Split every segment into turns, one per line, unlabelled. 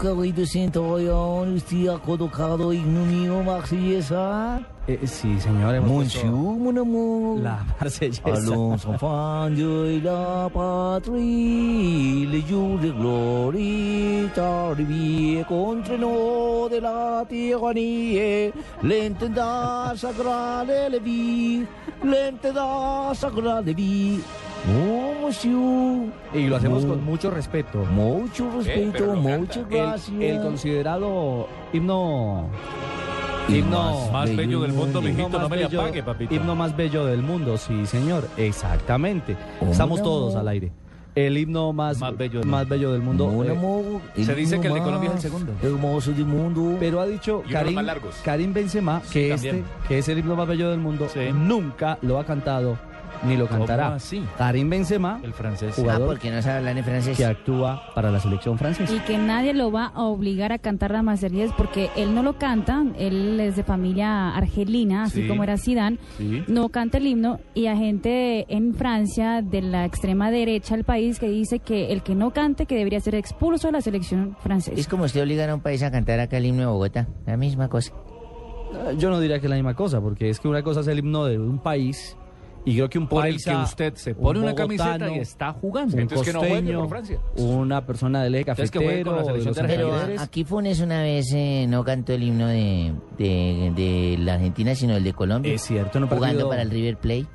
caballito centurión, usted ha colocado ignumio marsellesa.
Eh, sí, señor. hemos
Monsieur,
puesto
mon amour.
La marsellesa.
A los enfants de la patrie, le jour de gloria, arrivé contre nous de la tyrannie, l'intendant sacral de la vie, l'intendant sacral de la vie. Oh, monsieur.
Y lo hacemos
Mu-
con mucho respeto.
Mucho respeto,
pero no
muchas
canta.
gracias.
El, el considerado himno.
Y
Himno.
Más bello del mundo,
Himno
mijito, no me le
bello-
apague, papito.
himno más bello del mundo, sí, señor. Exactamente.
Un
Estamos
amor.
todos al aire. El himno más,
Más bello del mundo.
bello del mundo.
Mon
eh,
amour,
se dice
himno
que el de Colombia es el
más
segundo.
Hermoso del mundo.
pero ha dicho
Y uno de los
Karim,
más largos.
Karim Benzema que este,
también.
que es el himno más bello del mundo,
Sí.
nunca lo ha cantado ni lo
¿Cómo
cantará.
así?
Karim Benzema,
El francés.
jugador
Ah, no sabe hablar en francés.
que actúa para la selección francesa.
Y que nadie lo va a obligar a cantar la Marsellesa porque él no lo canta, él es de familia argelina, así
Sí.
como era Zidane,
Sí.
no canta el himno y hay gente en Francia de la extrema derecha del país que dice que el que no cante que debería ser expulso de la selección
Es
francesa.
como usted obligar a un país a cantar acá el himno de Bogotá, la misma cosa.
Eh, Yo no diría que es la misma cosa, porque es que una cosa es el himno de un país y creo que un
Por el
país
que usted se pone una camiseta y está jugando.
un
Entonces que no juegue
costeño,
por Francia.
una persona del eje
Entonces que juegue
cafetero,
con la
o de
selección
los
de
Pero
Argentina.
alrededores.
a- aquí Funes una vez eh, no cantó el himno de, de- de la Argentina, sino el de Colombia,
es cierto, en un,
jugando
partido-
para el River Play.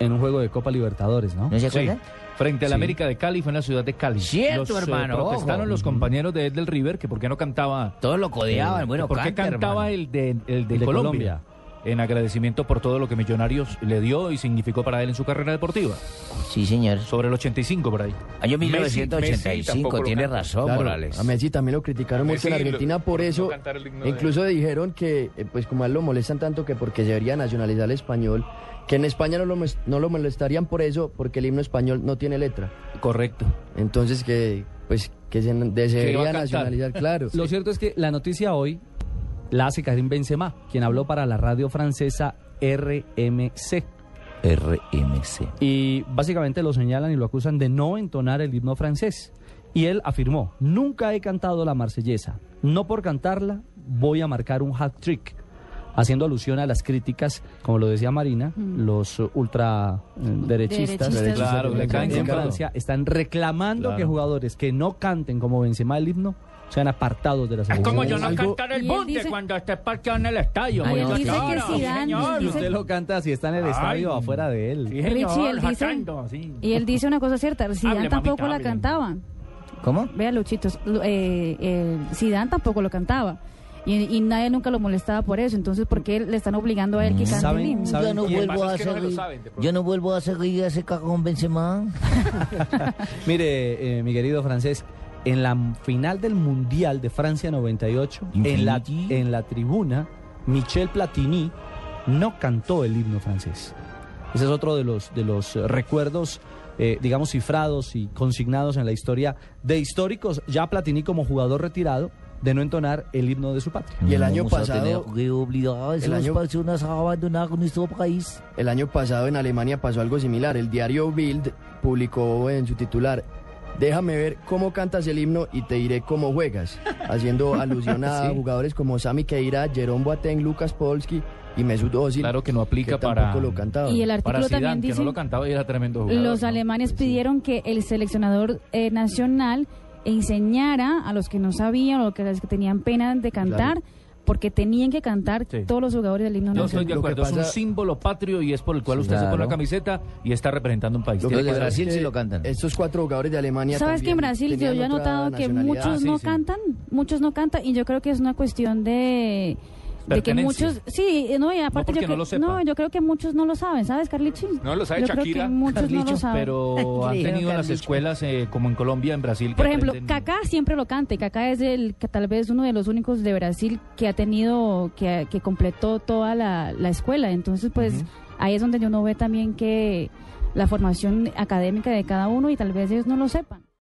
en un juego de Copa Libertadores, ¿no?
¿No se
Sí,
acuerdan?
frente a la
Sí.
América de Cali, fue en la ciudad de Cali.
Cierto,
los, eh,
hermano,
protestaron
ojo.
los compañeros de él del River que por qué no cantaba. eh,
Todos lo codeaban, bueno,
¿Por qué
canta,
cantaba
hermano.
el de, el de
El de
Colombia?
Colombia.
En agradecimiento por todo lo que Millonarios le dio y significó para él en su carrera deportiva.
Sí, señor.
Sobre el 85 por ahí.
Año
Messi,
1985,
tampoco lo
tiene
canta.
razón,
Claro,
Morales.
A Messi también lo criticaron
A
mucho en
Messi lo-
Argentina por
por no
eso.
cantar el himno de-
incluso dijeron que, eh, pues como a él lo molestan tanto que porque se debería nacionalizar el español, que en España no lo, mes- no lo molestarían por eso, porque el himno español no tiene letra.
Correcto.
Entonces que, pues, que se, de- se
Que iba a
debería
cantar.
nacionalizar, claro.
Lo cierto es que la noticia hoy la hace Karim Benzema, quien habló para la radio francesa RMC.
Eh,
RMC.
Y básicamente lo señalan y lo acusan de no entonar el himno francés. Y él afirmó, nunca he cantado la marsellesa. No por cantarla voy a marcar un hat trick. Haciendo alusión a las críticas, como lo decía Marina,
Mm.
los ultraderechistas
Derechistas.
Claro, le caen
en
comprado.
Francia están reclamando
Claro.
que jugadores que no canten como Benzema el himno sean apartados de la selección.
como yo no
Algo-
cantar el
Y él
bunde
dice-
cuando esté parqueado en el estadio?
Ay,
muchacho.
él dice que
Claro,
Zidane-
señor.
dice-
Usted lo canta si está en el
Ay.
estadio afuera de él.
Sí, señor,
Richie, él dice-
sacando, sí.
Y él dice una cosa cierta, Zidane
Hable, mamita,
tampoco la
hable.
cantaba.
¿Cómo?
Vea, Luchitos, lo- eh, eh, Zidane tampoco lo cantaba. Y, y nadie nunca lo molestaba por eso. Entonces, ¿por qué le están obligando a él que cante
¿Saben-
el himno?
saben
Yo no
quién?
vuelvo
Pasa
a
es que no se
hacer
lo
ri-
saben, de pronto.
Yo no vuelvo a hacer reír a ese cagón Benzema.
Mire, eh, mi querido francés, en la m- final del Mundial de Francia 98, en la,
Infinity.
en la tribuna, Michel Platini no cantó el himno francés. Ese es otro de los, de los eh, recuerdos, eh, digamos, cifrados y consignados en la historia de históricos, ya Platini como jugador retirado, de no entonar el himno de su patria.
Y el año
Vamos a
pasado-
tener que obligar a esas
año-
personas a abandonar nuestro este país.
El año pasado en Alemania pasó algo similar. El diario Bild publicó en su titular, déjame ver cómo cantas el himno y te diré cómo juegas, haciendo alusión a jugadores como Sami Keira, Jerome Boateng, Lucas Polski y Mesut Özil.
Claro que no aplica
que
para...
tampoco lo cantaba.
Y el
Para
artículo
Zidane,
también
que
dice...
no lo cantaba y era tremendo jugador.
Los
¿no?
alemanes
Pues sí.
pidieron que el seleccionador eh, nacional enseñara a los que no sabían o que a los que tenían pena de cantar, porque tenían que cantar
Sí.
todos los jugadores del himno
Yo
nacional.
estoy de
Lo que
acuerdo, es
pasa-
un símbolo patrio y es por el cual usted se pone la
claro.
camiseta y está representando un país.
Lo
Los
que
de
pasa es
Brasil
que
sí lo cantan.
Estos cuatro jugadores de Alemania.
¿Sabes que en
también
Brasil yo
tenían
ya he
otra
notado que
nacionalidad.
muchos
Ah, sí,
no
sí.
cantan, muchos no cantan y yo creo que es una cuestión de de que
Pertenencia.
muchos sí no y aparte
porque
yo
no
creo-
lo sepa.
no, yo creo que muchos no lo saben sabes Carlichi
No lo sabe
yo creo
Shakira,
que muchos no lo saben
pero han tenido en las escuelas, eh, como en Colombia, en Brasil. que
Por ejemplo,
aprenden-
Kaká siempre lo canta. y Kaká es el que tal vez uno de los únicos de Brasil que ha tenido, que, que completó toda la, la escuela. Entonces, pues ahí es donde uno ve también que la formación académica de cada uno y tal vez ellos no lo sepan.